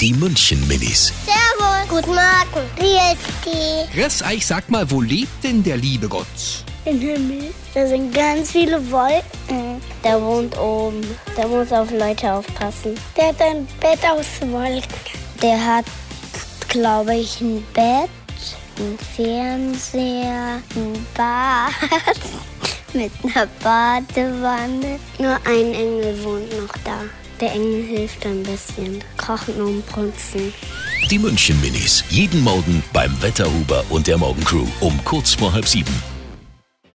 Die München Minis. Servus. Guten Morgen. Grüß Chris, ich sag mal, wo lebt denn der liebe Gott? Im Himmel. Da sind ganz viele Wolken. Der wohnt oben. Der muss auf Leute aufpassen. Der hat ein Bett aus Wolken. Der hat, glaube ich, ein Bett, ein Fernseher, ein Bad mit einer Badewanne. Nur ein Engel wohnt noch da. Der Engel hilft ein bisschen. Kochen und brunzen. Die München Minis. Jeden Morgen beim Wetterhuber und der Morgencrew um kurz vor halb sieben.